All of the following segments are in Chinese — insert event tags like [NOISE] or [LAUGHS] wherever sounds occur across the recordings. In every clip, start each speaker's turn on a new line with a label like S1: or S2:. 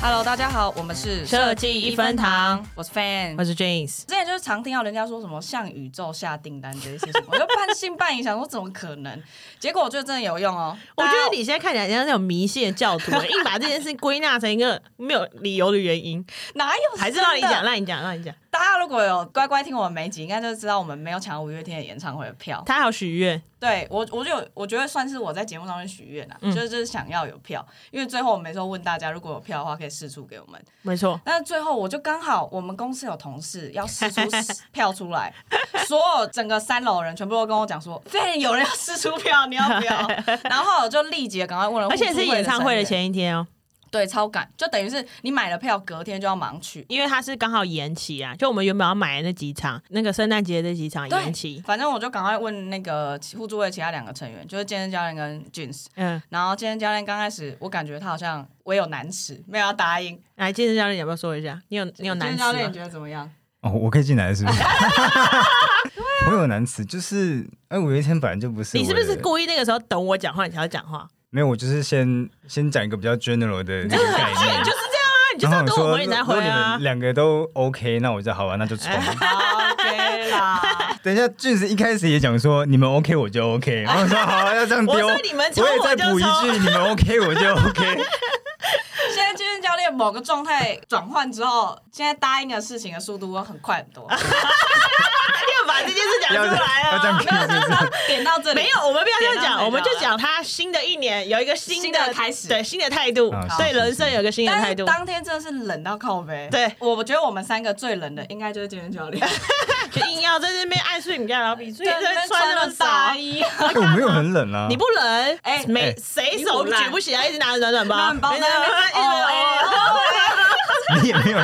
S1: Hello，大家好，我们是
S2: 设计一分堂，
S1: 我是 Fan，
S2: 我是 James，
S1: 之前就是常听到人家说什么向宇宙下订单这些事 [LAUGHS] 情，我就半信半疑，想说怎么可能？结果我觉得真的有用哦。
S2: 我觉
S1: 大家
S2: 得你现在看起来像那种迷信的教徒，硬把这件事归纳成一个没有理由的原因，
S1: 哪有？
S2: 还是让你讲，。让你讲，让你讲。
S1: 大家如果有乖乖听我们每集，应该就知道我们没有抢五月天的演唱会的
S2: [LAUGHS]
S1: 票。
S2: 他还有许愿，
S1: 对我，我就有我觉得算是我在节目上面许愿啊，
S2: 嗯
S1: 就是就是想要有票，因为最后我们时候问大家，如果有票的话可以试出给我们。
S2: 没错，
S1: 但是最后我就刚好我们公司有同事要试
S2: [LAUGHS]
S1: 出票出来，所有整个三楼人全部都跟我讲说，对，有人要试出票，你要不要？
S2: [LAUGHS]
S1: 然后后来我就立即地赶快问了，
S2: 而且是演唱会的，前一天哦，
S1: 对，超赶，就等于是你买了票，隔天就要忙去。
S2: 因为他是刚好延期啊，就我们原本要买的那几场，那个圣诞节的那几场延期，
S1: 反正我就赶快问那个互助会其他两个成员，就是健身教练跟 Jeans。
S2: 嗯，
S1: 然后健身教练刚开始，我感觉他好像唯有难辞，没有要答应。
S2: 来健身教练要不要说一下？你有你有
S1: 健
S2: 难啊
S1: 身
S2: 吃
S1: 教练你
S2: 吗？
S1: 觉得怎么样？
S3: 哦，我可以进来是不是？ [LAUGHS] 我有难词，就是哎，五月天本来就不是
S2: 你是
S3: 我
S2: 不
S3: 的
S2: 是故意那个时候等我讲话你才要讲话？
S3: 没有？我就是先先讲一个比较 general 的那个概
S2: 你 [LAUGHS]
S3: 念
S2: 就，是这样啊，你就
S3: 然
S2: 是
S3: 后
S2: 要等我
S3: 我说
S2: 回你才
S3: 如果
S2: 回
S3: 你
S2: 啊
S3: 们。两个都 OK，那我就好吧，那
S2: [LAUGHS]
S3: 就冲。
S1: OK 啦，
S3: 等一下，俊子一开始也讲说你们 OK 我就 OK，然后我说好啊，要这样
S2: 我
S3: 丢。
S2: 说你们抽
S3: 我也
S2: 我
S3: 再
S2: 就
S3: 补一
S2: 抽，
S3: 句，你们 OK 我就
S2: [LAUGHS]
S3: OK。
S1: 现在健身教练某个状态转换之后，现在答应的事情的速度会很快很
S2: [LAUGHS]
S1: 多。
S2: [LAUGHS] 啊要把这件事讲
S3: 要
S2: 出来
S3: 要这样
S2: 啊！ [LAUGHS]
S1: 没有，就是他点到这里，
S2: 没有，我们不要这样
S1: 点到
S2: 讲，我们就
S1: 这里
S2: 讲他新的一年有一个新
S1: 新
S2: 的
S1: 的开始
S2: 对新的态度
S3: 啊，
S1: 是
S2: 对
S3: 是
S2: 人
S3: 是
S2: 生有一个新的
S1: 但
S2: 态
S1: 是
S2: 度。
S1: 当天真的是冷到靠背。
S2: 对，啊
S1: 我我觉得我们三个最冷的应该就是健身教
S2: [LAUGHS]
S1: 练，
S2: 就硬要在那边暗示你家老比，所以
S1: 在那边
S2: 穿那
S1: 了
S2: 么
S1: 大
S2: 少，
S1: 衣。
S3: 哎我没有很冷啊，
S2: 你不冷？
S1: 哎
S2: 没
S3: 哎
S2: 谁
S1: 你
S2: 手
S1: 不冷
S2: 举不起来，一直拿着暖暖包，
S1: 暖包在那边
S2: 一直
S1: 哦哎哦
S3: [LAUGHS] 你也没有，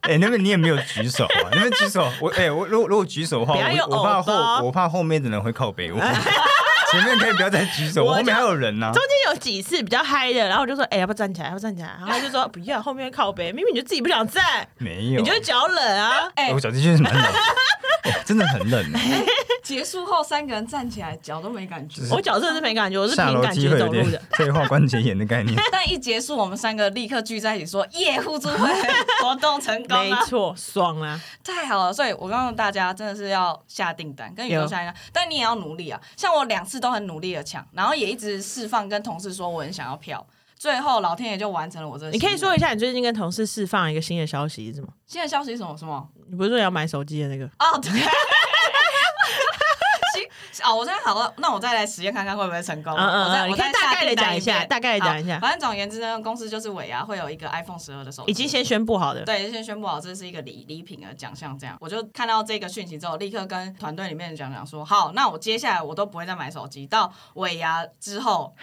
S3: 哎、那边你也没有举手啊，那边举手，我哎、我如果如果举手的话，
S2: 不要用
S3: 我我怕
S2: 偶包
S3: 后我怕后面的人会
S2: [LAUGHS]
S3: 靠背我，前面可以不要再举手，
S2: 我就
S3: 后面还有人呢、
S2: 中间有几次比较嗨的，然后我就说：“哎、要不要站起来？要不要站
S1: [LAUGHS]
S2: 起来？”然后他就说：“不要，后面会靠背。”明明你就自己不想站，
S3: 没有，
S2: 你就脚冷啊。
S1: 哎
S3: 我脚的确是蛮冷、哎真的很冷、
S1: 结束后，三个人站起来，脚都没感觉。
S2: 我脚真的是没感觉，我是
S3: 下
S2: 凭
S3: 楼
S2: 感
S3: 梯
S2: 觉
S3: 会有
S2: 走路
S3: 点
S2: 的。哎
S3: 退化关节炎的概念。
S1: 但一结束，我们三个立刻聚在一起说：“耶，互助
S2: [LAUGHS]
S1: 会活动成功
S2: 没
S1: 了，
S2: 错，爽啊！
S1: 太好了！”所以，我告诉大家，真的是要下订单，跟宇宙
S2: 有
S1: 下订单。但你也要努力啊！像我两次都很努力的抢，然后也一直释放跟同事说我很想要票，最后老天爷就完成了我这个
S2: 你
S1: 心
S2: 可
S1: 愿。
S2: 以说一下你最近跟同事释放一个新的消息是吗？
S1: 现在消息是什么什么？
S2: 你不是说你要买手机的那个？
S1: 哦，对。行哦，我现在好了，那我再来实验看看会不会成功。
S2: 嗯嗯嗯
S1: 我再
S2: 你可以
S1: 我再下
S2: 大概地
S1: 订单
S2: 讲一下
S1: 遍
S2: 大概地讲一下
S1: 好反正总而言之呢，公司就是尾牙会有一个 iPhone 十二的手机，
S2: 已经先宣布好的。
S1: 对，先宣布好这是一个礼礼品的奖项，这样我就看到这个讯息之后，立刻跟团队里面的讲讲说，好，那我接下来我都不会再买手机，到尾牙之后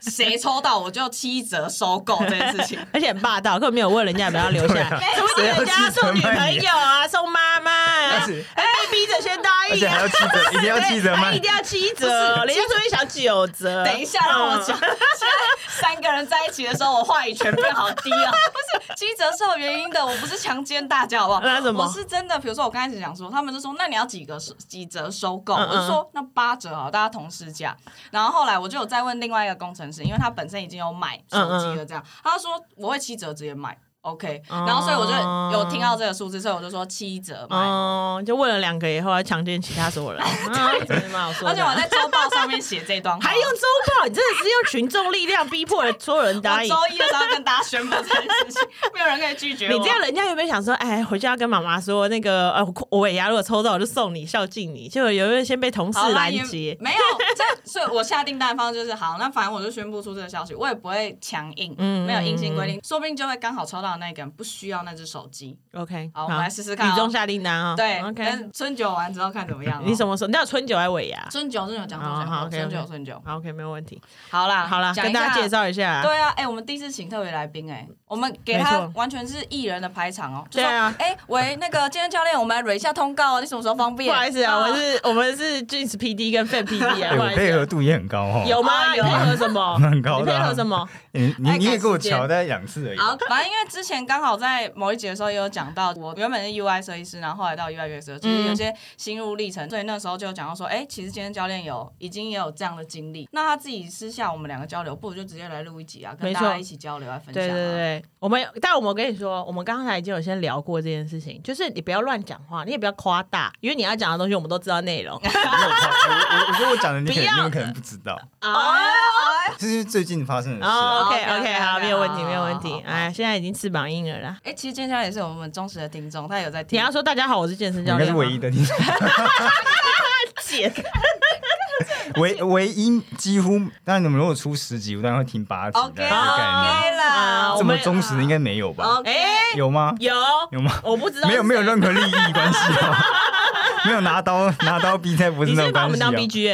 S1: 谁抽到我就七折收购这件事情。
S2: 而且很霸道，根本没有问人家有没有
S1: [LAUGHS]
S2: 要留下来，
S3: 对啊
S2: 怎么给人家送女朋友啊，送妈妈
S3: 而
S2: 啊，
S3: 且
S2: 哎，被逼着先答
S3: 而
S2: 应
S3: 且还
S2: 啊
S3: 要，记得，一定要记得
S2: 对
S3: 卖
S2: 一。定要七折，人家说你想九
S1: [LAUGHS]
S2: 折，
S1: 等一下，让我讲。
S2: 嗯
S1: 现在三个人在一起的时候，我话语权变好低啊！ [LAUGHS] 不是，七折是有原因的，我不是强奸大家，好不好？
S2: 那什么
S1: 我是真的，比如说我刚开始讲说，他们就说那你要几个收几折收购，
S2: 嗯嗯
S1: 我就说那八折啊好，大家同时价。然后后来我就有再问另外一个工程师，因为他本身已经有买手机了，这样他说我会七折直接买。OK，
S2: 哦
S1: 然后所以我就有听到这个数字，所以我就说七折买。
S2: 哦，就问了两个以后，还强奸其他
S1: [LAUGHS]
S2: 所有人，嗯真的蛮好说的
S1: 而且我在周报上面写这段话，
S2: 还用周报，你真的是用群众力量逼迫了所有人答
S1: 我
S2: 应。
S1: 周一的时候跟大家宣布这件事情，没有人啊可以拒绝我。
S2: 你这样，人家有没有想说，哎，回去要跟妈妈说那个，呃，我我尾牙如果抽到，我就送你，孝敬你。结果有没有先被同事
S1: 好啦
S2: 拦
S1: 也
S2: 截？
S1: [LAUGHS] 没有，这所以我下订单的方式就是好，那反正我就宣布出这个消息，我也不会强硬，
S2: 嗯
S1: 没有硬性规定，说不定就会刚好抽到那个人不需要那只手机。
S2: OK，
S1: 嗯好，我们来试试看、
S2: 雨
S1: 哦。
S2: 中下订单啊、
S1: 对但
S2: ，OK。
S1: 是春酒完之后看怎么样哦、
S2: 你什么时候？你要春酒还是尾牙？
S1: 春酒？春酒讲
S2: 哦
S1: 春酒，
S2: 好，OK，OK
S1: 春酒春酒。
S2: 好，OK，没有问题。
S1: 好啦，
S2: 好啦，
S1: 讲
S2: 跟
S1: 一下
S2: 大家介。绍一下。
S1: 对啊，哎、我们第一次请特别来宾，哎，我们给
S2: 没
S1: 他
S2: 错
S1: 完全是艺人的排场哦、就
S2: 对
S1: 说
S2: 啊，
S1: 哎、喂，那个健身教练，我们来蕊一下通告哦，你什么时候方便？
S2: 不好意思啊，
S1: 哦
S2: 我是我们是 Jeans PD 跟 Fan PD 啊，
S3: 哎，
S2: 不
S3: 我
S2: 好意
S3: 配
S2: 思
S3: 合
S2: 啊。
S3: 度也很高哦。
S2: 有吗？
S1: 哦
S2: 你
S1: 有
S2: 配合什么？
S3: [LAUGHS] 蛮高
S2: 你
S3: 的啊
S2: 配合什么？
S3: 你你
S1: 爱
S3: 你
S1: 赶
S3: 也给我
S1: 时间
S3: 瞧大概两次而已。
S1: 好，反正因为之前刚好在某一集的时候也有讲到，我原本是 UI 设计师，然后后来到 UI 设计师，就是
S2: 嗯
S1: 有些心路历程，所以那时候就有讲到说，哎、其实今天教练有已经也有这样的经历，那他自己私下我们两个交流，不如就直接来录一集啊，跟
S2: 没
S1: 大
S2: 错
S1: 家一起交流来分享、啊。
S2: 对对对，对，我们但我们跟你说，我们刚才已经有先聊过这件事情，就是你不要乱讲话，你也不要夸大，因为你要讲的东西我们都知道
S1: [LAUGHS]
S2: 内容。 [LAUGHS]
S3: 没有我我我说我讲的你可
S2: 不要
S3: 能你们可能不知道，
S1: 啊
S3: 这是最近发生的事啊、
S2: 哦，OK OK，
S1: OK，OK，
S2: 好，没有问题，
S1: 好
S2: 没有问题
S1: 好。好
S2: 哎，现在已经翅膀硬了啦。
S1: 哎、其实今天也是我们忠实的听众，他有在
S2: 你
S1: 听。
S2: 要说大家好，我是健身
S3: 你
S2: 教
S3: 应该
S2: 练
S3: 是
S2: 吗，
S3: 唯一的，你
S2: 姐，
S3: 唯唯一几乎，但你们如果出十集，我当然会听八集的
S1: OK
S3: 这个概念。
S1: OK 啦，
S2: 啊
S3: 这
S2: 我
S3: 么
S2: 们
S3: 忠实的应该没有吧？
S1: OK，
S2: 哎，
S3: 有吗？
S2: 有，
S3: 有吗？
S2: 我不知道
S3: 没有
S2: 是
S3: 没有
S2: 谁
S3: 任何利益关系
S2: [LAUGHS]
S3: 哦，没有拿刀拿刀逼菜不是
S2: 你
S3: 那
S2: 是
S3: 种
S2: 把我
S3: 关
S2: 们
S3: 系
S2: 当
S3: 哦。
S2: BG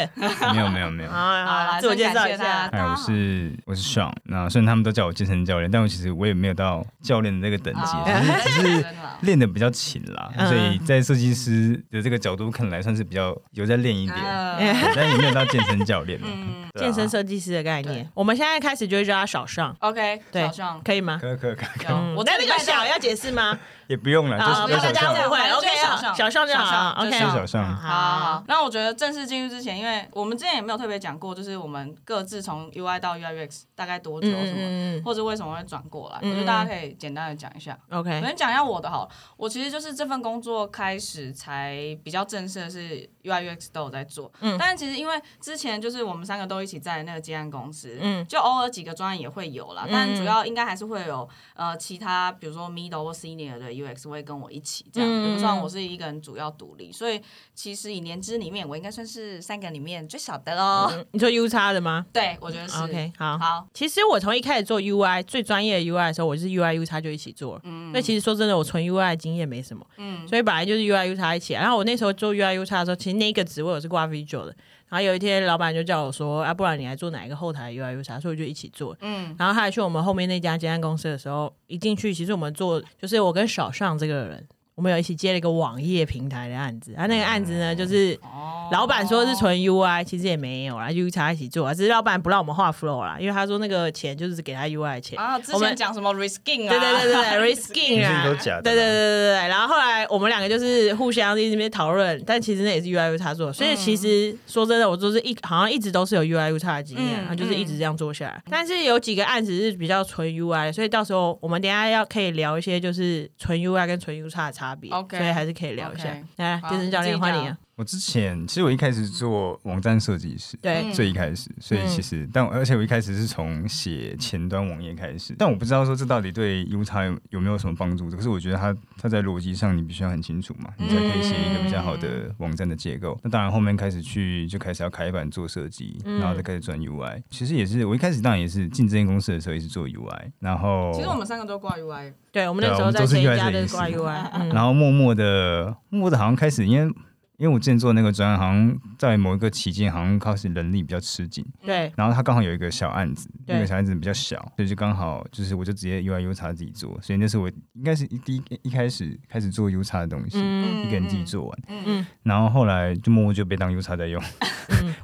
S2: 欸
S3: 没有没有没有。
S2: 啊，
S1: 好啦
S2: 自我介绍一
S1: 先感
S2: 下
S1: 谢。
S3: 哎，我是我是 Sean，那虽然他们都叫我健身教练，但我其实我也没有到教练的那个等级，
S1: 哦
S2: [LAUGHS]
S3: 只是练的比较勤啦，
S2: 嗯
S3: 所以在设计师的这个角度看来，算是比较有在练一点，
S1: 嗯
S2: 哎
S3: 对但也没有到健身教练嘛。
S1: 嗯
S3: 对啊
S2: 健身设计师的概念，我们现在开始就会叫他小尚，
S1: ，OK，
S2: [LAUGHS] 对
S1: 小尚，
S2: 可以吗？
S3: 可可可可
S1: 有
S2: 嗯
S1: 我
S2: 那
S1: 在
S2: 那个小要解释吗？
S3: 也不用了，
S2: 啊，
S3: 就
S1: 不
S3: 是
S1: 要
S3: 有
S2: 大
S3: 小
S2: 家
S3: 项
S2: 误会
S1: 反正就
S2: ，OK，
S1: 是小
S2: 好
S1: 项
S2: 小尚就
S1: 小
S2: 好
S1: 项
S2: ，OK，
S1: 就
S3: 小项小项
S1: 好，，啊那我觉得正式进入之前，因为我们之前也没有特别讲过，就是我们各自从 UI 到 UIX 大概多久
S2: 嗯
S1: 什么，
S2: 嗯嗯
S1: 或者为什么会转过来，
S2: 嗯
S1: 我觉得大家可以简单的讲一下。
S2: 嗯
S1: 我
S2: ，OK，
S1: 先讲一下我的好了，我其实就是这份工作开始才比较正式的是 UI UX 都有在做，
S2: 嗯
S1: 但其实因为之前就是我们三个都一起在那个接案公司，
S2: 嗯
S1: 就偶尔几个专案也会有啦，
S2: 嗯
S1: 但主要应该还是会有呃其他，比如说 middle 或 senior 的 UX 会跟我一起这样，
S2: 嗯
S1: 也不算我是一个人主要独立，所以其实以年资里面，我应该算是三个里面最小的喽。
S2: 嗯你说 U 叉的吗
S1: 对，我觉得是。
S2: ？OK，好。
S1: 好，
S2: 其实我从一开始做 UI 最专业的 UI 的时候，我就是 UI U 叉就一起做了。
S1: 嗯
S2: 那其实说真的，我纯 UI 经验没什么，
S1: 嗯，
S2: 所以本来就是 UI U 叉一起。啊然后我那时候做 UI U 叉的时候，其实那个职位我是挂 Visual 的。然后有一天老板就叫我说，啊，不然你来做哪一个后台 UI U 叉，所以我就一起做。
S1: 嗯
S2: 然后他还去我们后面那家接案公司的时候，一进去，其实我们做就是我跟小尚这个人，我们有一起接了一个网页平台的案子。啊，那个案子
S1: 嗯
S2: 呢，就是
S1: 哦
S2: 老板说是纯 UI，其实也没有啦，U 叉一起做啊，只是老板不让我们画 flow 啦，因为他说那个钱就是给他 UI 的钱。
S1: 啊，之
S2: 我们
S1: 前讲什么 reskin 啊，
S2: 对
S1: [LAUGHS]
S2: 对 [LAUGHS] 对对，reskin 啊，
S3: 你自己都假的啦
S2: 对对对对对。然后后来我们两个就是互相一直边讨论，但其实那也是 UI U 叉做的，
S1: 嗯
S2: 所以其实说真的，我就是一好像一直都是有 UI U 叉的经验，
S1: 嗯
S2: 然后就是一直这样做下来。但是有几个案子是比较纯 UI，所以到时候我们等一下要可以聊一些就是纯 UI 跟纯 U 叉的差别
S1: OK
S2: 所以还是可以聊一下
S1: OK。
S2: 来，
S1: 好
S2: 健身教练
S1: 你自
S2: 欢
S1: 己讲
S2: 迎。啊
S3: 我之前其实我一开始做网站设计师，
S2: 对
S1: 嗯
S3: 最一开始，所以其实、但我而且我一开始是从写前端网页开始，但我不知道说这到底对 U 叉有有没有什么帮助。可是我觉得它它在逻辑上你必须要很清楚嘛，
S1: 嗯
S3: 你才可以写一个比较好的网站的结构。那当然后面开始去就开始要开版做设计，
S1: 嗯
S3: 然后再开始转 UI。其实也是我一开始当然也是进这间公司的时候也是做 UI，然后
S1: 其实我们三个都挂 UI，
S2: 对我们那时
S3: 对啊
S2: 候
S3: 我们
S2: 在
S3: 都是
S2: 前
S3: UI
S2: 一家
S3: 设
S2: 的
S3: 计
S2: 是挂
S3: 师
S2: UI，嗯
S3: 然后默默的，默默的好像开始，因为因为我之前做那个专案，好像在某一个期间，好像开始人力比较吃紧，
S2: 嗯对，
S3: 然后他刚好有一个小案子，
S2: 对
S3: 那个小案子比较小，所以就刚好就是我就直接 UI U 叉自己做，所以那是我应该是一第一一开始开始做 U 叉的东西，
S2: 嗯，
S3: 一个人自己做完，
S1: 嗯
S2: 嗯
S3: 然后后来就默默就被当 U 叉在
S2: [LAUGHS]
S3: 用，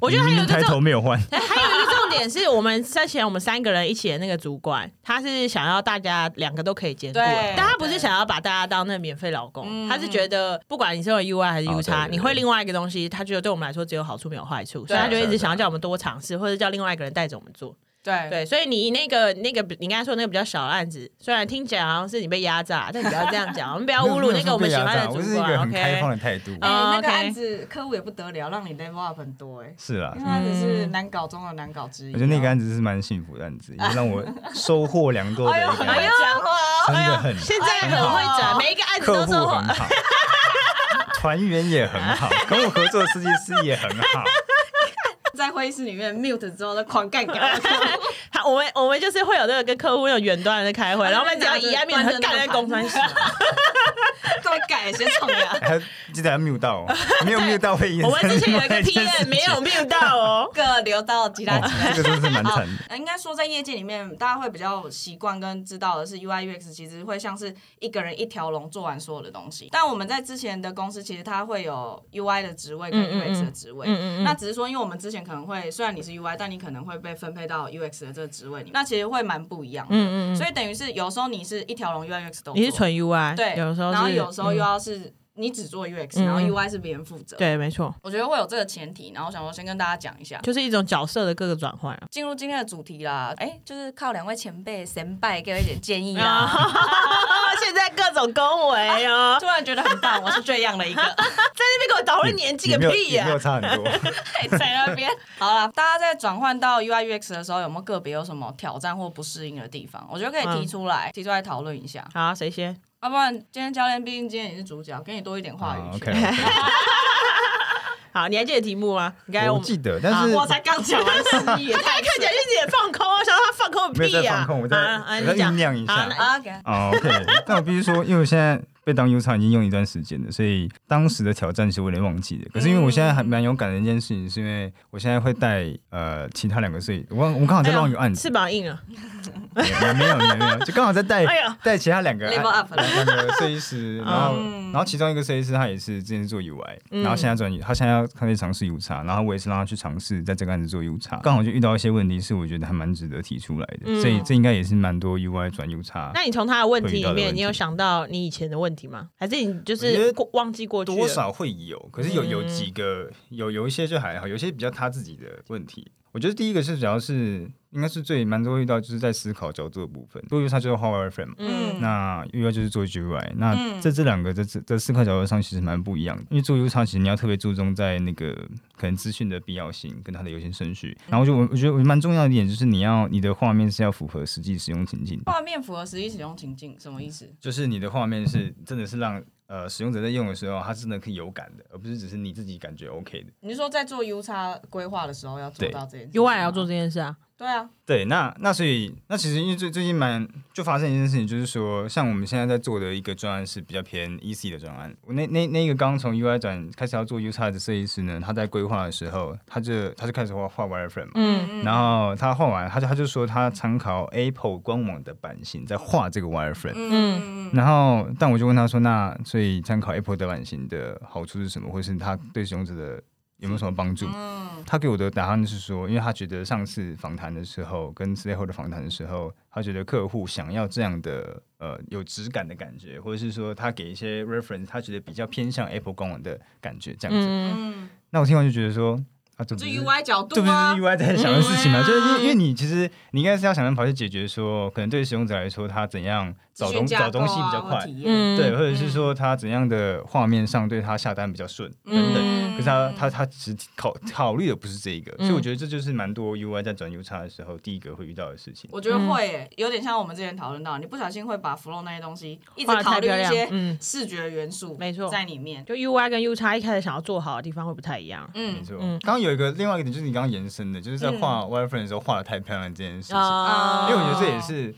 S2: 我
S3: [LAUGHS]
S2: 觉得还有一
S3: 明明
S2: 个重
S3: 抬头没有换，
S2: 但 [LAUGHS] 还有一个重点是我们之前我们三个人一起的那个主管，他是想要大家两个都可以兼顾的
S1: 对，
S2: 但他不是想要把大家当那个免费老公，
S1: 嗯
S2: 他是觉得不管你是有 UI 还是
S3: 哦
S2: U 叉，
S3: 对对对
S2: 你会另外一个东西，他觉得对我们来说只有好处没有坏处，所以他就一
S3: 啊
S2: 直想要叫我们多尝试，或者叫另外一个人带着我们做。
S1: 对
S2: 对，所以你那个那个你刚才说那个比较小的案子，虽然听起来好像是你被压榨，但你不要这样讲，我们不要侮辱那个我们喜欢的
S3: 啊我
S2: 主
S3: 是一个
S2: 管
S3: 很开放
S2: ，OK？
S3: 的态度。
S1: 哎、那
S2: 哦，OK
S1: 个案子客户也不得了，让你 level up 很多哎、
S3: 是啦
S1: 因
S2: 嗯
S1: 为，他只是难搞中的难搞之一。啊
S3: 我觉得那个案子是蛮幸福的案子，也让我收获良多
S1: 哎
S3: 的
S1: 呦，
S3: 一个案
S1: 哎
S3: 子
S1: 呦，，讲话哦，
S3: 真
S2: 哎
S3: 的
S2: 呦
S3: 很
S2: 现在很会
S1: 哎
S2: 转，
S1: 呦
S2: 每一个案子
S3: [LAUGHS] 客
S2: 都
S3: 户
S2: 说
S3: 很
S2: [LAUGHS]
S3: 好，团员也很好，跟我合作的设计师也很
S2: [LAUGHS]
S3: 好。
S1: 在会议室里面 mute 之后在狂干干， [LAUGHS]
S2: 好，我们我们就是会有那个跟客户有远端的开会，然后我们只要一按面，他干在公 [LAUGHS] 关室，
S1: [LAUGHS] 都会改先冲呀，
S3: 还记得要 mute 到、
S2: [LAUGHS]
S3: 哦，没有 mute 到会延
S2: 我
S3: 伸
S2: 们之前有一个
S3: 另外一件
S2: PM
S3: 事
S2: 没有 mute 到 [LAUGHS] 哦。
S1: [LAUGHS] 各留到其他
S2: [LAUGHS]
S3: 哦
S1: 集。
S3: 这个真的是蛮惨的。
S1: 呃应该说，在业界里面，大家会比较习惯跟知道的是，UI UX 其实会像是一个人一条龙做完所有的东西。但我们在之前的公司，其实它会有 UI 的职位跟
S2: 嗯嗯嗯
S1: UX 的职位。
S2: 嗯嗯
S1: 那只是说，因为我们之前可能会，虽然你是 UI，但你可能会被分配到 UX 的这个职位里面，那其实会蛮不一样的。
S2: 嗯嗯嗯
S1: 所以等于是有时候你是一条龙 UI UX 都做
S2: 你是纯 UI，
S1: 对，
S2: 有时候
S1: 然后有时候又
S2: 要
S1: 要是你只做 UX，、
S2: 嗯
S1: 然后 UI 是别人负责。
S2: 对，没错，
S1: 我觉得会有这个前提，然后我想说先跟大家讲一下。
S2: 就是一种角色的各个转换啊。
S1: 进入今天的主题啦，哎、就是靠两位前辈神拜给我一点建 [LAUGHS] 议啦。
S2: 啊！ [LAUGHS] 现在各种恭维 [LAUGHS] 哦，
S1: 突然觉得很棒，我是最样 [LAUGHS] 的一个。
S2: 那边给我讨论年纪个
S3: 也没有
S2: 屁
S3: 也
S2: 呀
S3: 没有！差
S2: [LAUGHS]
S3: 很多。
S1: 在那边。 [LAUGHS] 好了，大家在转换到 UI UX 的时候，有没有个别有什么挑战或不适应的地方？我觉得可以提出来，提出来讨论一下。
S2: 好，谁先？
S1: 要、不然今天教练，毕竟今天你是主角，给你多一点话语权。
S3: 啊
S2: [LAUGHS]
S3: OK，
S2: 好，你还记得题目吗？你刚才我
S3: 我
S2: 们啊
S3: 记得，但是
S1: 我 [LAUGHS] 才刚
S3: [LAUGHS]
S1: 讲完失忆，也太
S2: 看起来就是也放空啊，想说他放空个
S3: 没有
S2: 屁
S3: 在
S2: 呀、
S3: 放
S2: 啊！
S3: 空，我在
S2: 啊啊
S3: 我
S2: 你
S3: 在酝
S2: 讲
S3: 酿一
S2: 好
S3: 下
S1: [LAUGHS]
S2: 那。
S1: 啊 OK，
S3: 哦，OK，但我 [LAUGHS] 必须说，因为我现在被当 U 叉已经用一段时间了，所以当时的挑战是我有点忘记的。可是因为我现在
S2: 嗯
S3: 还蛮有感的一件事情，是因为我现在会带呃其他两个睡，我刚我刚
S2: 哎
S3: 好在弄一个案子，
S2: 翅膀硬了，
S3: 没有没有没有没有，就刚好在带
S2: 哎呀
S3: 带其他两个啊
S1: Level up 了
S3: 两个设计师，
S2: 嗯
S3: 然后然后其中一个设计师他也是之前是做 UI，然后现在转他现在要开始尝试 U 叉，然后我也是让他去尝试在这个案子做 U 叉，刚好就遇到一些问题是我觉得还蛮值得提出来的，所以这应该也是蛮多 UI 转 U 叉。
S2: 嗯那你从他的问题里
S3: 啊会遇到的问
S2: 面，
S3: 题
S2: 你有想到你以前的问题吗？还是你就
S3: 我觉
S2: 是
S3: 得
S2: 过忘记过去嗯了
S3: 多少会有，可是有有几个有有一些就还好，有些比较他自己的问题。我觉得第一个是主要是应该是最蛮多遇到，就是在思考角度的部分。多于他就是画 wireframe，嘛
S1: 嗯
S3: 那 UI 就是做 GUI，那在这两个在这在思考角度上其实蛮不一样的。因为做 U 叉其实你要特别注重在那个可能资讯的必要性跟它的优先顺序。然后就我我觉得我蛮重要的一点就是你要你的画面是要符合实际使用情境的，
S1: 画面符合实际使用情境，什么意思？
S3: 就是你的画面是真的是让呃使用者在用的时候，他真的可以有感的，而不是只是你自己感觉 OK 的。
S1: 你是说在做 U 叉规划的时候要做到这件事情吗
S2: UI 要做这件事啊？
S1: 对啊，
S3: 对，那那所以那其实因为最最近蛮就发生一件事情，就是说像我们现在在做的一个专案是比较偏 EC 的专案。我那那那个刚从 UI 转开始要做 U 叉的设计师呢，他在规划的时候，他就他就开始画画 wireframe 嘛。
S2: 嗯，
S3: 然后他画完，他就他就说他参考 Apple 官网的版型在画这个 wireframe，、
S1: 嗯嗯
S3: 然后，但我就问他说：“那所以参考 Apple 的版型的好处是什么，或是它对使用者的有没有什么帮助？”
S1: 嗯
S3: 他给我的答案是说，因为他觉得上次访谈的时候，跟 Stakeholder 访谈的时候，他觉得客户想要这样的呃有质感的感觉，或者是说他给一些 reference，他觉得比较偏向 Apple 官网的感觉这样子。
S2: 嗯，
S1: 嗯，
S3: 那我听完就觉得说，啊，这不
S1: 就是 UI 角
S3: 这
S1: 度
S3: 不是
S1: 啊，
S3: UI 在想的事情嘛？
S1: 嗯
S3: 就是因为
S2: 对啊
S3: 因为你其实你应该是要想办法去解决说，可能对使用者来说，他怎样找东找东西比较快，
S1: 嗯
S2: 嗯
S3: 对，或者是说他怎样的画面上对他下单比较顺等等。
S1: 嗯
S3: 可是他他他只考考虑的不是这一个，
S2: 嗯
S3: 所以我觉得这就是蛮多 UI 在转 U 叉的时候第一个会遇到的事情。
S1: 我觉得
S2: 嗯
S1: 会、欸，有点像我们之前讨论到，你不小心会把 flow 那些东西一
S2: 画
S1: 直
S2: 得
S1: 考
S2: 太
S1: 虑
S2: 漂
S1: 一
S2: 亮
S1: 些，
S2: 嗯
S1: 视觉元素，
S2: 没错
S1: 在里面。
S2: 就 UI 跟 U 叉一开始想要做好的地方会不太一样。
S3: 没
S1: 嗯
S3: 错，
S2: 嗯
S3: 刚刚有一个另外一个点就是你刚刚延伸的，就是在画 wireframe 的时候画的太漂亮这件事情，
S2: 啊
S3: 因为我觉得这也是，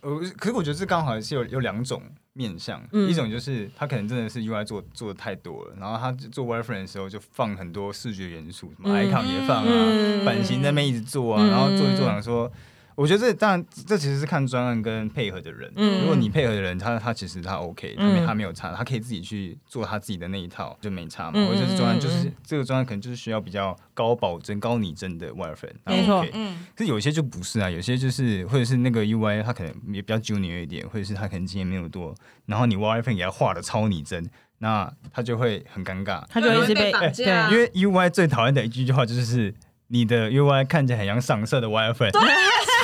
S3: 呃，可是我觉得这刚好是有有两种面向，
S2: 嗯
S3: 一种就是他可能真的是 UI 做做的太多了，然后他做 wireframe 的时候就放很多视觉元素，什么
S2: 嗯
S3: icon 也放啊，
S2: 嗯
S3: 版型在那边一直做啊，
S2: 嗯
S3: 然后做一做，想说，我觉得这当然这其实是看专案跟配合的人。
S2: 嗯
S3: 如果你配合的人，他他其实他 OK，他
S2: 嗯
S3: 没他没有差，他可以自己去做他自己的那一套，就没差嘛。
S2: 嗯
S3: 或者是专案就
S2: 嗯嗯
S3: 是
S2: 嗯
S3: 这个专案可能就是需要比较高保真、高拟真的 wireframe，那
S2: 没错
S3: OK
S1: 嗯
S3: 可是有些就不是啊，有些就是或者是那个 UI 它可能也比较 junior 一点，或者是它可能经验没有多，然后你 wireframe 给它画的超拟真，那它就会很尴尬，
S2: 他就一
S1: 就
S2: 直被
S1: 容易被绑架
S2: 对
S1: 啊
S3: 因为 UI 最讨厌的一句话就是你的 UI 看起来很像上色的 wireframe，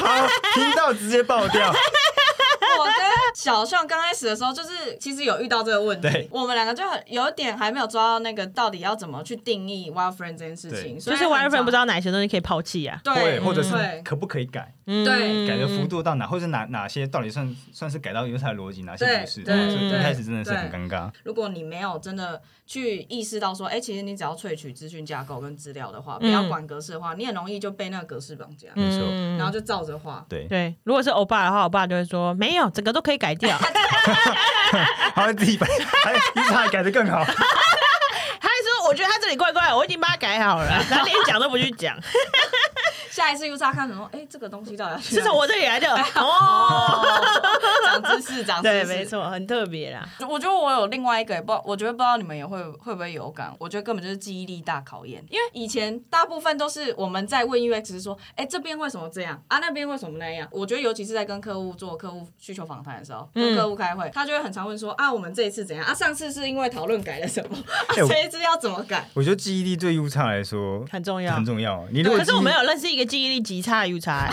S3: 好 [LAUGHS] 听到直接爆掉。
S2: [LAUGHS]
S1: 我跟小象刚开始的时候，就是其实有遇到这个问题
S3: 对，
S1: 我们两个就很有点还没有抓到那个到底要怎么去定义 wireframe 这件事情，
S3: 对
S1: 所
S2: 就
S1: 以
S2: 是 wireframe 不知
S1: 道
S2: 道哪些东西可以抛弃啊。
S1: 对，
S3: 或者是
S1: 对
S3: 可不可以改，
S2: 嗯
S1: 对
S3: 改的幅度到哪，或者哪哪些到底算算是改到有它的逻辑，哪些不是，
S1: 对
S2: 对
S3: 所以一
S2: 对
S3: 开始真的是很尴尬。
S1: 如果你没有真的去意识到说，哎、其实你只要萃取资讯架构跟资料的话，不要管格式的话，你很容易就被那个格式绑架，
S3: 没错
S2: 嗯
S1: 然后就照着画。
S3: 对，
S2: 对，如果是欧巴的话，欧巴就会说没有，整个都可以改 [LAUGHS] 掉。
S3: 他会自己把， [LAUGHS] 还一差改的更
S2: [LAUGHS]
S3: 好。
S2: 他还说：“我觉得他这里怪怪，我已经帮他改好了。”然后连讲都不去讲，
S1: 下下一次 U 叉看什么？哎，这个东西到底要去
S2: 是
S1: 哪
S2: 从
S1: 里
S2: 我这里 [LAUGHS] 来的哦。
S1: 长知识，长知
S2: [LAUGHS] 对，
S1: 识，
S2: 没。错，很特别啦。
S1: 我觉得我有另外一个，也不知道，我觉得不知道你们也会会不会有感。我觉得根本就是记忆力大考验，因为以前大部分都是我们在问 UX 是说，哎、这边为什么这样啊？那边为什么那样？我觉得尤其是在跟客户做客户需求访谈的时候，
S3: 嗯
S1: 跟客户开会，他就会很常问说啊，我们这一次怎样啊？上次是因为讨论改了什么？啊，
S3: 哎我
S1: 这一次要怎么改？
S3: 我觉得记忆力对 U 叉来说
S2: 很重要
S3: 很重要。你如果
S2: 可是我
S3: 记忆
S2: 们有认识一个记忆力极差的 U
S3: [LAUGHS]
S2: 差，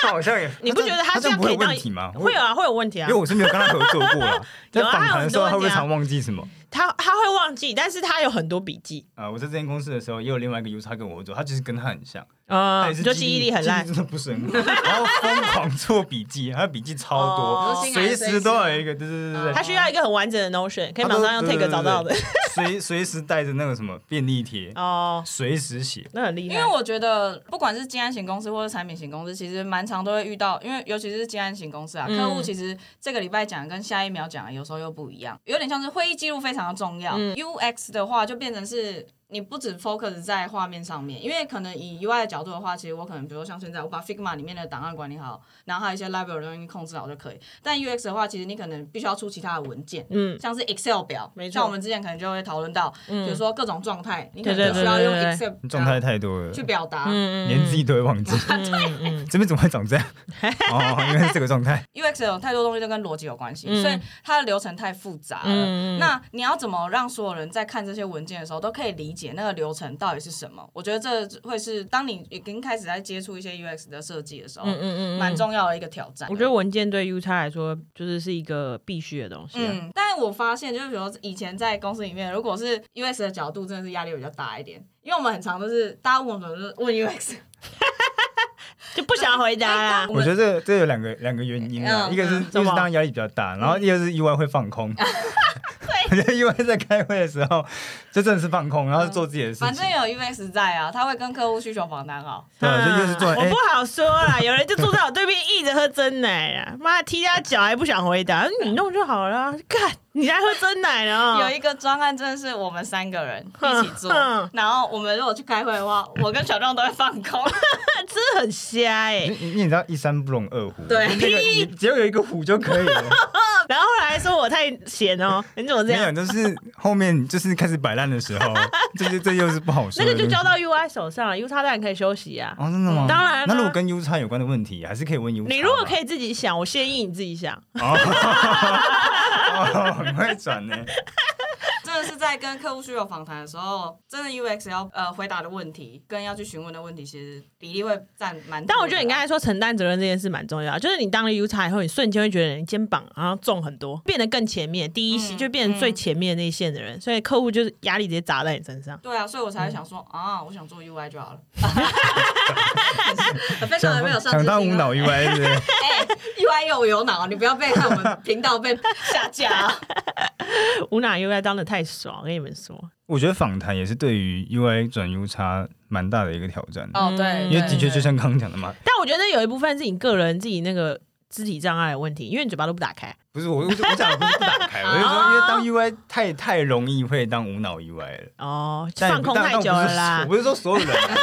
S3: 他好像也，
S2: [LAUGHS] 你不觉得
S3: 他
S2: 这
S3: 这
S2: 样
S3: 样不
S2: 可
S3: 会
S2: 以
S3: 有
S2: 当
S3: 问题吗？
S2: 会有啊，会有问题啊
S3: 因为。我是没有跟他合作过啦，
S2: [LAUGHS]
S3: 在
S2: 有啊
S3: 访谈的时候
S2: 他
S3: 他
S2: 有很多问题啊
S3: 会不会常忘记什么？
S2: 他他会忘记，但是他有很多笔记
S3: 啊，我在这间公司的时候也有另外一个 U 叉跟我合作，他就是跟哦他很像，
S2: 啊
S3: 也是
S2: 就记忆力很烂
S3: 记忆。真的不是很好，然后疯狂做笔记，他的笔记超多，
S2: 哦
S3: 随时都有一个，对对对对
S2: 他
S3: 对，
S2: 需要一个很完整的 Notion，可以
S3: 他
S2: 马
S3: 都
S2: 上用 Take 找到的。，
S3: 对对对对随随时带着那个什么便利贴，
S2: 哦，
S3: 随时写。
S2: 那很厉害。
S1: 因为我觉得，不管是金安型公司或者产品型公司，其实蛮常都会遇到，因为尤其是金安型公司啊，
S2: 嗯
S1: 客户其实这个礼拜讲的跟下一秒讲的有时候又不一样，有点像是会议记录非常的重要。UX
S2: 嗯
S1: 的话就变成是。你不只 focus 在画面上面，因为可能以 UI 的角度的话，其实我可能比如说像现在我把 Figma 里面的档案管理好，然后还有一些 library 的东西控制好就可以。但 UX 的话，其实你可能必须要出其他的文件，
S2: 嗯，
S1: 像是 Excel 表，
S2: 没错
S1: 像我们之前可能就会讨论到，比如说各种状态，你可
S2: 对
S1: 能
S2: 对
S1: 就
S2: 对
S1: 需要用
S2: 对对
S1: Excel
S3: 状态太多了，
S1: 去表达。
S2: 嗯
S3: 连自己都会忘记。这边怎么会
S2: [LAUGHS]
S3: 长这样？哦，原来是这个状态。
S1: UX 有太多东西都跟逻辑有关系，所以它的流程太复杂了。
S2: 嗯嗯
S1: 那你要怎么让所有人在看这些文件的时候都可以理解那个流程到底是什么？我觉得这会是当你已经开始在接触一些 UX 的设计的时候，
S2: 嗯嗯嗯
S1: 蛮、重要的一个挑战。
S2: 我觉得文件对 U 叉来说就是是一个必须的东西、啊。
S1: 嗯，但是我发现，就是比如说以前在公司里面，如果是 UX 的角度，真的是压力比较大一点，因为我们很常都是大家问我们就是问 UX，
S2: 就不想回答啊啦。
S1: 我
S3: 我
S1: 们
S3: 觉得这这有两个两个原因啊，
S1: 嗯
S3: 一个是
S2: 什
S3: 就
S2: 么
S3: 是当压力比较大，然后
S2: 嗯
S3: 一个是意外会放
S2: [LAUGHS]
S3: 空。我觉得意外在开会的时候就真的是放空，然
S2: 嗯
S3: 后做自己的事
S1: 反
S3: 情
S1: 正。有 UX 在啊，他会跟客户需求访谈好。
S3: 对，就又是做
S2: 嗯我
S3: 哎
S2: 不，好说啦， [LAUGHS] 有人就坐在我对面一直喝真奶啊，妈踢他脚还不想回答，嗯你弄就好了。看你还喝真奶呢，
S1: 有一个专案真的是我们三个人一起做
S2: 哼，
S1: 然后我们如果去开会的
S2: [LAUGHS]
S1: 话，我跟小壮都会放空。
S2: 真的很瞎哎、
S3: 你你你知道一山不容二虎，
S1: 对
S3: 那个你只要有一个虎就可以了。
S2: 然后后来说我太闲哦、你怎么 [LAUGHS] 这
S3: 没有，
S2: 样？
S3: 就是后面就是开始摆烂的时
S2: [LAUGHS]
S3: 候，这这这又是不好说
S2: 那
S3: 的。
S2: 个就交到 U I 手上了，U 叉当然可以休息啊。
S3: 哦，真的吗？
S2: 当然啦
S3: 那如果跟 U 叉有关的问题，还是可以问 U 叉吧。
S2: 你如果可以自己想，我建议你自己想。
S3: [LAUGHS] 哦，很会转
S2: [LAUGHS]
S3: 呢。
S1: 真的是在跟客户需求访谈的时候，真的 UX 要呃回答的问题跟要去询问的问题，其实比例会占蛮多的。
S2: 但我觉得你刚才说承担责任这件事蛮重要，就是你当了 U 叉以后，你瞬间会觉得你肩膀好像重很多，变得更前面，第一线、
S1: 嗯
S2: 就变成最前面那一线的人，所以客户就是压力直接砸在你身上。
S1: 对啊，所以我才会想说、啊，我想做 UI 就好
S2: [LAUGHS]
S1: 了。非常的没有上进
S3: 想
S1: 心
S3: 当无脑
S1: 哦
S3: UI 是不是？
S1: 哎、UI 又有脑，你不要被看我们频道被下架啊！
S2: 无脑 U I 当的太爽，我跟你们说，
S3: 我觉得访谈也是对于 UI 转 U 叉蛮大的一个挑战，
S1: [LAUGHS] 哦，对，
S3: 因为
S1: 对
S3: 的确
S1: 对
S3: 就像刚刚讲的嘛，
S2: 但我觉得有一部分是你个人自己那个肢体障碍的问题，因为你嘴巴都不打开。
S3: 不是我我我讲的不是不打 [LAUGHS] 开，我是
S2: 哦
S3: 说因为当 UI 太太容易会当无脑 UI 了。
S2: 哦，
S3: 但
S2: 放空
S3: 但
S2: 太久了
S3: 但
S2: 啦
S3: 我。不是说我不是说所有人啊，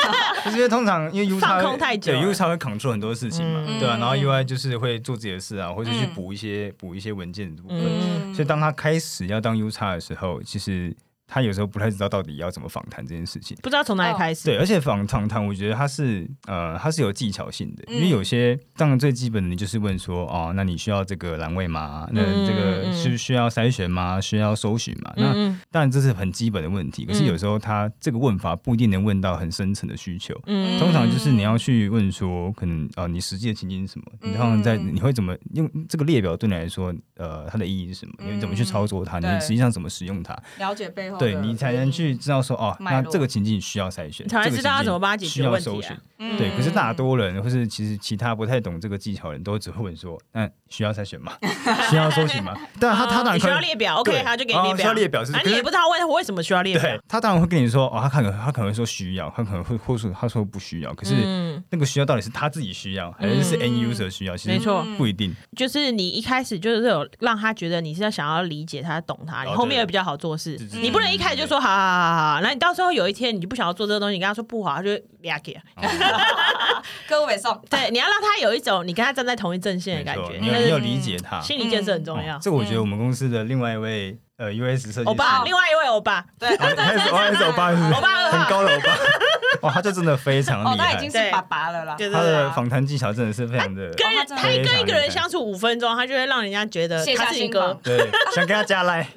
S2: [LAUGHS]
S3: 就是因为通常因为 U 叉
S2: 放空太久了
S3: 对 U 叉会 control 很多事情嘛，
S2: 嗯
S3: 对啊，然后
S1: 嗯
S3: UI 就是会做自己的事啊，或者去
S1: 嗯
S3: 补一些补一些文件的部分。
S2: 嗯
S3: 所以当他开始要当 U 叉的时候，其实他有时候不太知道到底要怎么访谈这件事情。
S2: 不知道从哪里开始。
S3: 哦对，而且访访谈，我觉得它是呃，它是有技巧性的，
S1: 嗯
S3: 因为有些当然最基本的，你就是问说，哦，那你需要这个栏位吗？那
S2: 嗯
S3: 这
S2: 嗯
S3: 个需需要筛选吗？需要搜寻吗？那
S2: 嗯
S3: 当然这是很基本的问题，可是有时候它这个问法不一定能问到很深层的需求。
S2: 嗯
S3: 通常就是你要去问说，可能呃，你实际的情境是什么？你通常在
S1: 嗯
S3: 你会怎么用这个列表对你来说，呃，它的意义是什么？你会怎么
S2: 嗯
S3: 去操作它？你
S1: 对
S3: 实际上怎么使用它？
S1: 了解背后的
S3: 对你才能去知道说哦，
S1: 脉
S3: 那
S1: 络
S3: 这个情境需要筛选，
S2: 你才
S3: 这
S2: 能
S3: 个
S2: 知道
S3: 情
S2: 要
S3: 境
S2: 怎么帮他解
S3: 需
S2: 决
S3: 要
S2: 问题
S3: 搜
S2: 啊
S3: 寻。。
S1: 嗯
S3: 对，可是大多人或是其实其他不太懂这个技巧的人，都只会问说，那需要筛选吗？需要搜寻吗？但他他当
S2: 嗯哦你需
S3: 然可
S2: 要
S3: 能
S2: 列表，OK，
S3: 对
S2: 他就给
S3: 哦
S2: 你列表。
S3: 需要列表是
S2: 啊，
S3: 可
S2: 你
S3: 是
S2: 也不知道为为什么需要列表
S3: 对。他当然会跟你说哦，他可能他可能会说需要，他可能会或是他说不需要，可是
S2: 嗯，
S3: 那个需要到底是他自己需要还是是 end user 需要？其
S2: 没
S3: 实
S2: 错
S3: 不一定。
S2: 就是你一开始就是有让他觉得你是要想要理解他、懂他，你
S3: 哦
S2: 后面
S3: 对
S2: 也比较好做事
S3: 是是。
S2: 你不能一开始就说好好好好好，那你到时候有一天你就不想要做这个东西，你跟他说不好，他就俩给。
S1: 各位送，
S2: 对，你要让他有一种你跟他站在同一阵线的
S3: 没
S2: 嗯感
S3: 错，
S2: 觉，
S3: 你要
S2: 那
S3: 你要
S2: 是
S3: 理解他。
S2: 心理建设很重要嗯
S3: 哦。这个我觉得我们公司的另外一位呃 US 设计师，
S2: 欧巴，另外一位欧巴，
S1: 对，
S3: 哦他是他是欧
S1: [LAUGHS]
S3: 巴，是不是
S2: 欧巴二
S3: 很
S2: 号，
S3: 高的欧 [LAUGHS] 巴，哇，哦他就真的非常
S1: 哦，
S3: 厉
S1: 他已
S3: 害
S1: 经，是爸爸了啦，
S2: 对
S3: 他
S2: 对对
S3: 的。访谈技巧真的是非常的，
S2: 跟
S1: 哦
S2: 人
S1: 他
S2: 他
S1: 真
S3: 的
S2: 跟一个
S3: 非
S2: 人
S3: 常
S2: 相处五分钟，他就会让人家觉得
S1: 卸
S2: 他
S1: 下
S2: 是你
S1: 心
S2: 哥
S1: 防。。
S3: 对，想跟他加赖，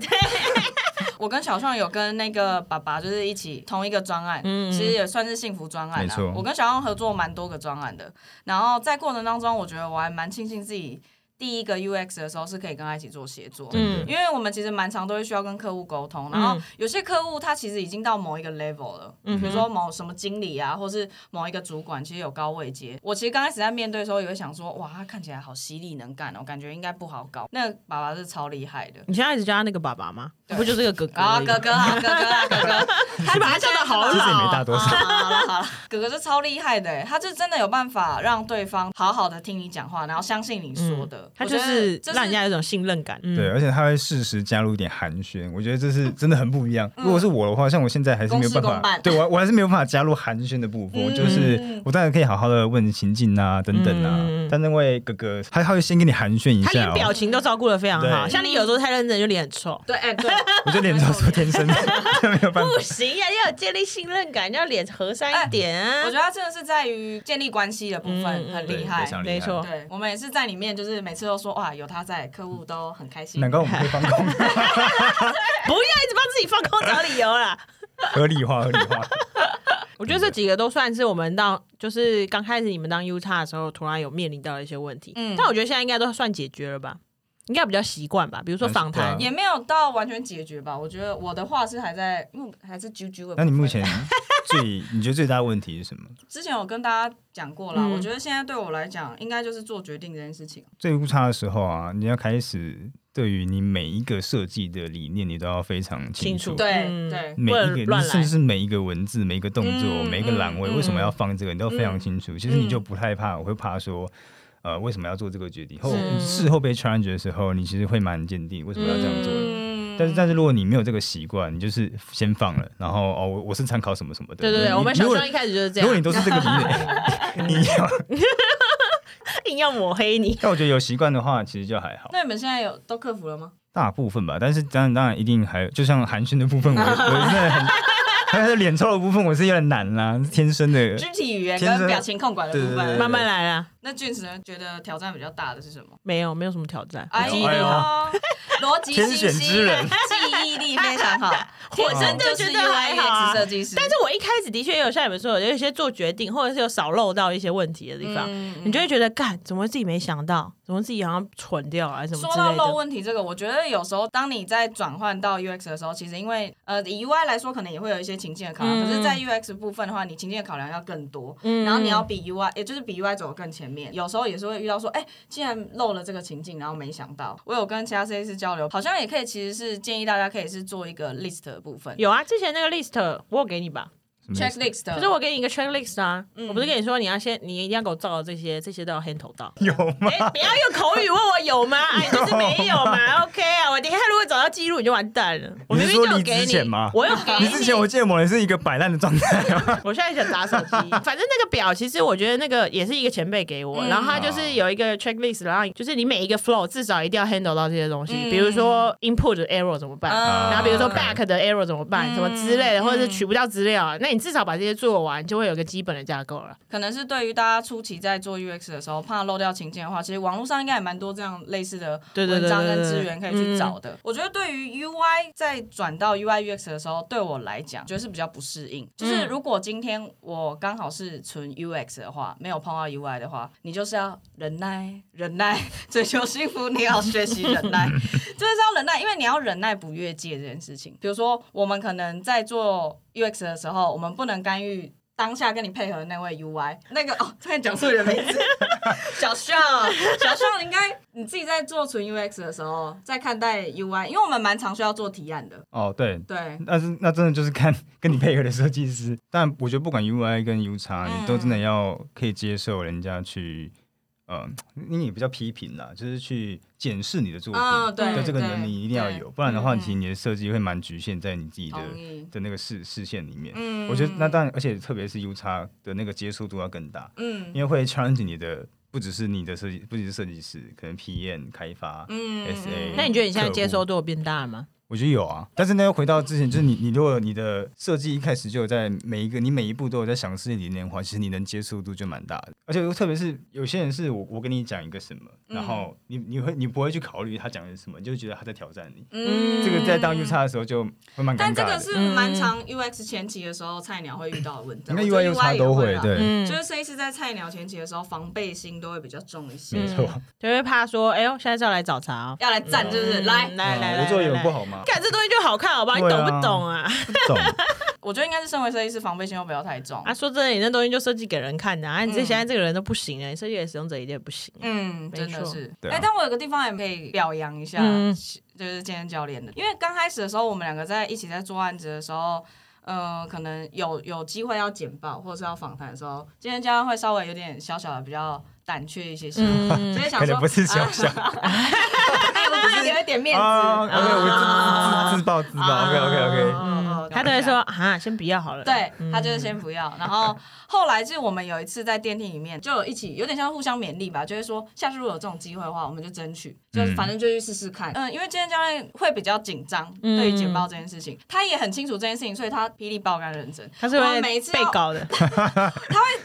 S1: 我跟小象有跟那个爸爸就是一起同一个专案，
S2: 嗯嗯
S1: 其实也算是幸福专案
S3: 没
S1: 啦
S3: 错。
S1: 我跟小象合作蛮多个专案的，然后在过程当中，我觉得我还蛮庆幸自己第一个 UX 的时候是可以跟他一起做协作。
S2: 嗯
S1: 因为我们其实蛮常都会需要跟客户沟通，然后有些客户他其实已经到某一个 level 了，
S2: 嗯哼
S1: 比如说某什么经理啊，或是某一个主管，其实有高位阶。我其实刚开始在面对的时候，也会想说，哇，他看起来好犀利能干哦，感觉应该不好搞。那个爸爸是超厉害的，
S2: 你现在一直叫他那个爸爸吗？
S1: 对
S2: 不就是个哥哥
S1: 啊，
S2: 而已吗？
S1: 哥哥啊，哥哥啊，哥
S2: [LAUGHS]
S1: 哥，他
S2: 把他叫得好
S3: 其
S2: 老
S3: 实也没大多
S1: [LAUGHS]
S3: 少。
S1: 好了好了，哥哥是超厉害的欸，他就真的有办法让对方好好的听你讲话，然后相信你说的。
S2: 嗯他
S1: 我
S2: 就
S1: 觉得
S2: 是
S1: 这
S2: 让人家有一种信任感。嗯
S3: 对，，而且他会适时加入一点寒暄，我觉得这是真的很不一样。如果是我的话，像我现在还是没有
S1: 公
S3: 办
S1: 事公
S3: 法
S1: 办，
S3: 对我我还是没有办法加入寒暄的部分，
S1: 嗯
S3: 就是我当然可以好好的问行进啊等等啊，
S2: 嗯
S3: 但那位哥哥他他会先跟你寒暄一
S2: 他
S3: 下、
S2: 连表
S3: 哦，
S2: 情都照顾的非常好，
S3: 对
S2: 像你有时候太认真就脸很臭。
S1: 对，哎、对， [LAUGHS]
S3: 我就脸都说天生的，没有办法
S2: 不。行呀、要有建立信任感，要脸和善
S1: 哎
S2: 一点啊。
S1: 我觉得他真的是在于建立关系的部分、
S2: 嗯嗯
S1: 很
S3: 对
S1: 厉害
S3: 非。常厉害
S2: 没错，
S1: 对，我们也是在里面，就是每次都说哇，有他在，客户都很开心。
S3: 难怪我们可以放空，
S2: 不要一直帮自己放空找理由啦。
S3: 合理化，合理化。
S2: 我觉得这几个都算是我们当就是刚开始你们当 U 叉的时候，突然有面临到的一些问题。
S1: 嗯
S2: 但我觉得现在应该都算解决了吧，应该比较习惯吧。比如说访谈
S3: 嗯，
S1: 也没有到完全解决吧，我觉得我的话是还在，因为我还是啾啾的部分。
S3: 那你目前最你觉得最大的问题是什么？
S1: 之前有跟大家讲过啦，
S2: 嗯
S1: 我觉得现在对我来讲，应该就是做决定这件事情。
S3: 最误差的时候啊，你要开始对于你每一个设计的理念，你都要非常清
S2: 清楚
S3: 楚。
S1: 对、
S2: 嗯
S1: 对，
S3: 每
S2: 不
S3: 一
S2: 能
S3: 个，
S2: 乱
S3: 你
S2: 来
S3: 甚至是每一个文字、每一个动作、
S1: 嗯
S3: 每一个栏位，
S2: 嗯
S3: 为什么要放这个，你都非常
S1: 嗯
S3: 清楚。其实你就不害怕，我会怕说，呃，为什么要做这个决定？后
S2: 是
S3: 事后被 challenge 的时候，你其实会蛮坚定，为什么要这样做？
S1: 嗯
S3: 但是，但是如果你没有这个习惯，你就是先放了，然后哦，我我是参考什么什么的。
S2: 对对对，
S3: 你
S2: 我们小
S3: 如果
S2: 时候一开始就是这
S3: 如果你
S2: 样，
S1: [LAUGHS]
S3: 都是这个理念，
S2: [LAUGHS]
S3: 你要， [LAUGHS]
S2: 硬要抹黑你。
S3: 但我觉得有习惯的话，其实就还好，
S1: 那你们现在有都克服了吗？
S3: 大部分吧。但是当然，当然一定还有就像寒暄的部分，我我
S1: [LAUGHS]
S3: 真的很，还有脸臭的部分，我是有点难啦，天生的。
S1: 肢体语言
S3: 天
S1: 跟
S3: 生
S1: 表情控管的部
S3: 对对
S1: 分。
S3: 对
S2: 慢慢来啦，
S1: 那俊子呢？觉得挑战比较大的是什么？
S2: 没有没有什么挑战，
S1: 哎
S2: 记忆
S1: 呦
S2: 力好。，
S1: 逻辑
S3: 天
S1: 清
S3: 选
S1: 晰
S3: 之人，
S1: 记忆力非常
S3: [LAUGHS]
S1: 好。
S2: 我
S1: 天
S2: 真的
S1: 就是
S2: 觉得还好啊
S1: UI UX 设计师，
S2: 但是我一开始的确也有像你们说的，有一些做决定或者是有少漏到一些问题的地方，
S1: 嗯
S2: 你就会觉得干，怎么自己没想到，怎么自己好像蠢掉啊，什么
S1: 说
S2: 之
S1: 到
S2: 类
S1: 漏
S2: 的。
S1: 问题这个，我觉得有时候当你在转换到 UX 的时候，其实因为呃以 UI 来说，可能也会有一些情境的考量，
S2: 嗯
S1: 可是，在 UX 部分的话，你情境的考量要更多，
S2: 嗯
S1: 然后你要比 UI，也就是比 UI 走得更前面。有时候也是会遇到说，哎、竟然漏了这个情境，然后没想到。我有跟其他设计师交流，好像也可以，其实是建议大家可以是做一个 list 的部分
S2: 有啊，之前那个 list 我有给你吧，
S3: 什么意思
S1: ，checklist。
S2: 可是我给你一个 checklist 啊，
S3: 嗯
S2: 我不是跟你说你要先，你一定要给我照这些，这些都要 handle
S3: [LAUGHS]
S2: 到。
S3: 有
S1: [LAUGHS]
S3: 吗？
S2: 哎，不要用口语问我有
S3: [LAUGHS]
S2: 吗？哎，就是没有嘛。OK 啊，我等一下如果找到记录你就完蛋了。我明明就有给
S3: 你是说离职前吗
S2: 我有给
S3: 你之前我记得某人是一个摆烂的状态啊， [LAUGHS]
S2: 我现在想打手机，反正那个表其实我觉得那个也是一个前辈给
S3: 嗯
S2: 我，然后他就是有一个 checklist，然后就是你每一个 flow 至少一定要 handle 到这些东西，
S1: 嗯
S2: 比如说 input 的 error 怎么办，
S1: 嗯
S2: 然后比如说
S3: OK
S2: back 的 error 怎么办，
S1: 嗯
S2: 什么之类的，或者是
S1: 嗯
S2: 取不到资料，啊那你至少把这些做完，就会有个基本的架构了。
S1: 可能是对于大家初期在做 UX 的时候，怕漏掉情境的话，其实网络上应该也蛮多这样类似的
S2: 对对对
S1: 文章
S2: 对
S1: 跟
S2: 对嗯
S1: 资
S2: 对
S1: 源可以去找的。嗯我觉得对于 UI 在转到 UI UX 的时候，对我来讲，觉得是比较不适应。就是如果今天我刚好是纯 UX 的话，没有碰到 UI 的话，你就是要忍耐、忍耐， [LAUGHS] 追求幸福，你要学习忍耐。就是要忍耐，因为你要忍耐不越界这件事情。比如说，我们可能在做 UX 的时候，我们不能干预当下跟你配合的那位 UI，那个哦，突然讲错人名字，小象，小象应该你自己在做纯 UX 的时候，在看待 UI，因为我们蛮常需要做提案的，
S3: 哦，对。
S1: 对，
S3: 那是那真的就是看跟你配合的设计师，但我觉得不管 UI 跟 U 叉，
S1: 嗯
S3: 你都真的要可以接受人家去呃，你也不叫批评啦，就是去检视你的作品
S1: 嗯对
S3: 的这个
S1: 对
S3: 能力一定要有，
S1: 对
S3: 不然的话，
S1: 嗯嗯
S3: 其实你的设计会蛮局限在你自己的
S1: 同意。
S3: 的那个视视线里面。
S1: 嗯
S3: 我觉得那当然，而且特别是 U 叉的那个接触度要更大，
S1: 嗯
S3: 因为会 challenge 你的不只是你的设计，不只是设计师，可能 PM 开发，
S1: 嗯
S3: SA
S2: 那你觉得你现在接
S3: 客
S2: 收
S3: 户
S2: 度有变大了吗？
S3: 我觉得有啊。但是呢，又回到之前，就是你你如果你的设计一开始就有在每一个你每一步都有在想事情理念的话，其实你能接触度就蛮大的。而且又特别是有些人是我我跟你讲一个什么，
S1: 嗯
S3: 然后你你会你不会去考虑他讲的是什么，你就觉得他在挑战你。
S1: 嗯
S3: 这个在当 U 叉的时候就会蛮尴
S1: 但
S3: 尬的。
S1: 这个是蛮常 UX 前期的时候菜鸟会遇到的问题，
S3: 应该
S1: 我觉
S3: UI
S1: 得
S3: U 叉
S1: 也
S3: 都
S1: 会
S3: 会
S1: 啦。
S3: 对。
S2: 嗯
S1: 就是设计师在菜鸟前期的时候，防备心都会比较重一些，
S3: 没
S2: 嗯
S3: 错，
S2: 就会怕说，哎呦，现在是要来找茬哦，
S1: 要来站是不是？
S2: 嗯
S1: 来，
S2: 来来来，
S3: 我做的有
S2: 来
S3: 不，好吗？
S2: 看这东西就好看，好吧？你
S3: 对
S2: 懂
S3: 啊
S2: 不懂啊？
S3: 不懂，
S1: 我觉得应该是身为设计师，防备心又不要太重
S2: 啊，。说真的，你那东西就设计给人看的啊，你这
S1: 嗯
S2: 现在这个人都不行啊了，你设计给使用者一定也不行。啊
S1: 嗯，
S2: 没
S1: 真的
S2: 错
S1: 是。
S3: 对
S1: 哎、
S3: 啊
S1: 但我有个地方也可以表扬一下，
S2: 嗯
S1: 就是健身教练的，因为刚开始的时候，我们两个在一起在做案子的时候。呃，可能有有机会要简报或者是要访谈的时候，今天教练会稍微有点小小的比较胆怯一些些，所以想说啊
S3: 可能不是小小
S1: [LAUGHS] 哎，我不能留一点面子。
S3: 啊，OK，啊
S2: 啊
S3: 我自自自爆自爆，OK OK OK，
S1: 嗯
S2: 嗯，他都会说啊，先不要好了。嗯
S1: 对他就是先不要，然后后来是我们有一次在电梯里面就有一起有点像互相勉励吧，就是说下次如果有这种机会的话，我们就争取，就是反正就去试试看。嗯，因为今天教练会比较紧张，
S2: 嗯
S1: 对于简报这件事情，他也很清楚这件事情，所以他霹雳爆肝认真。
S2: 他是
S1: 我
S2: 会
S1: 们每一次
S2: 被
S1: 要 [LAUGHS]
S2: 搞的，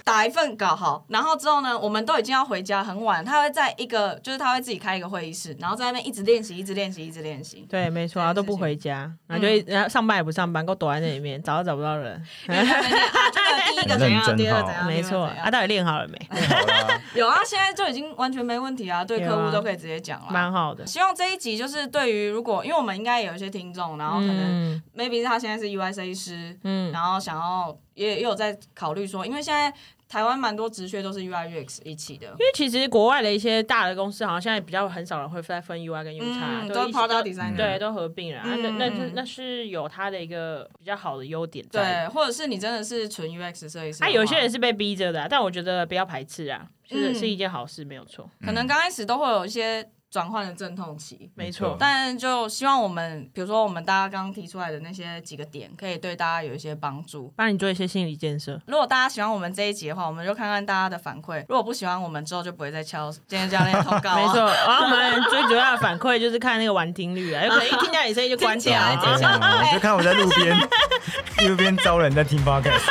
S1: 打一份稿好，然后之后呢，我们都已经要回家很晚，他会在一个就是他会自己开一个会议室，然后在那边一直练习，一直练习，一直练 [LAUGHS] 习。
S2: 对，没错啊，
S1: 这件
S2: 都
S1: 事
S2: 不
S1: 情
S2: 回家，然后就一然后上班也不上班，给我躲在那里面，找都找不到人，
S1: 因为他们啊这个第一个怎样，第二个怎样，
S2: 没错。
S1: 第二个怎样
S2: 啊，到底练好了没？
S3: 好啦，
S1: 有啊，现在就已经完全没问题啊，对
S2: 有
S1: 客
S2: 啊
S1: 户都可以直接讲了。
S2: 蛮好的。
S1: 希望这一集就是对于如果，因为我们应该有一些听众，然后可能
S2: 嗯
S1: maybe 他现在是 UI 设计师，
S2: 嗯，
S1: 然后想要也也有在考虑说，因为现在台湾蛮多职缺都是 UI UX 一起的，
S2: 因为其实国外的一些大的公司，好像现在比较很少人会再分 UI 跟 U 叉，
S1: 嗯，
S2: 都
S1: 都
S2: 一
S1: 是
S2: 起
S1: product design
S2: 对，都合并了啊。那那是
S1: 嗯
S2: 那是有它的一个比较好的优点在的。
S1: 对，或者是你真的是纯 UX 设计师的话，
S2: 啊，有些人是被逼着的啊、但我觉得不要排斥啊，是、
S1: 嗯
S2: 是一件好事，没有错，
S1: 可能刚开始都会有一些转换的阵痛期，
S2: 嗯没错
S3: 没错。
S1: 但就希望我们，比如说我们大家刚刚提出来的那些几个点，可以对大家有一些帮助。
S2: 帮你做一些心理建设。
S1: 如果大家喜欢我们这一集的话，我们就看看大家的反馈。如果不喜欢，我们之后就不会再敲今天教练通告、啊。
S2: [LAUGHS] 没错，，然后我们最主要的反馈就是看那个完听率啊，有可 [LAUGHS] 能一听到你声音就关掉啊，
S1: 听起来
S3: 我就看我在路 [LAUGHS] 边路边招人在听 [LAUGHS] podcast，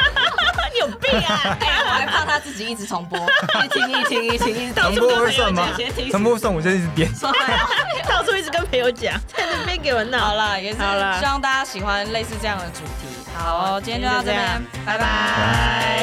S2: 你有病 [LAUGHS] 啊！
S1: 哎、我还怕他自己一直重播，一听一听一听一直
S3: 传播会算吗
S1: 直接听？
S3: 传播算我就一直点。
S1: 算了。
S2: 到处一直跟朋友讲， [LAUGHS] 在那边给我闹。
S1: 好啦，也是
S2: 好啦
S1: 希望大家喜欢类似这样的主题。好，今天就到这
S2: 今天
S1: 边
S2: 就这，样
S1: 拜
S2: 拜
S1: 拜。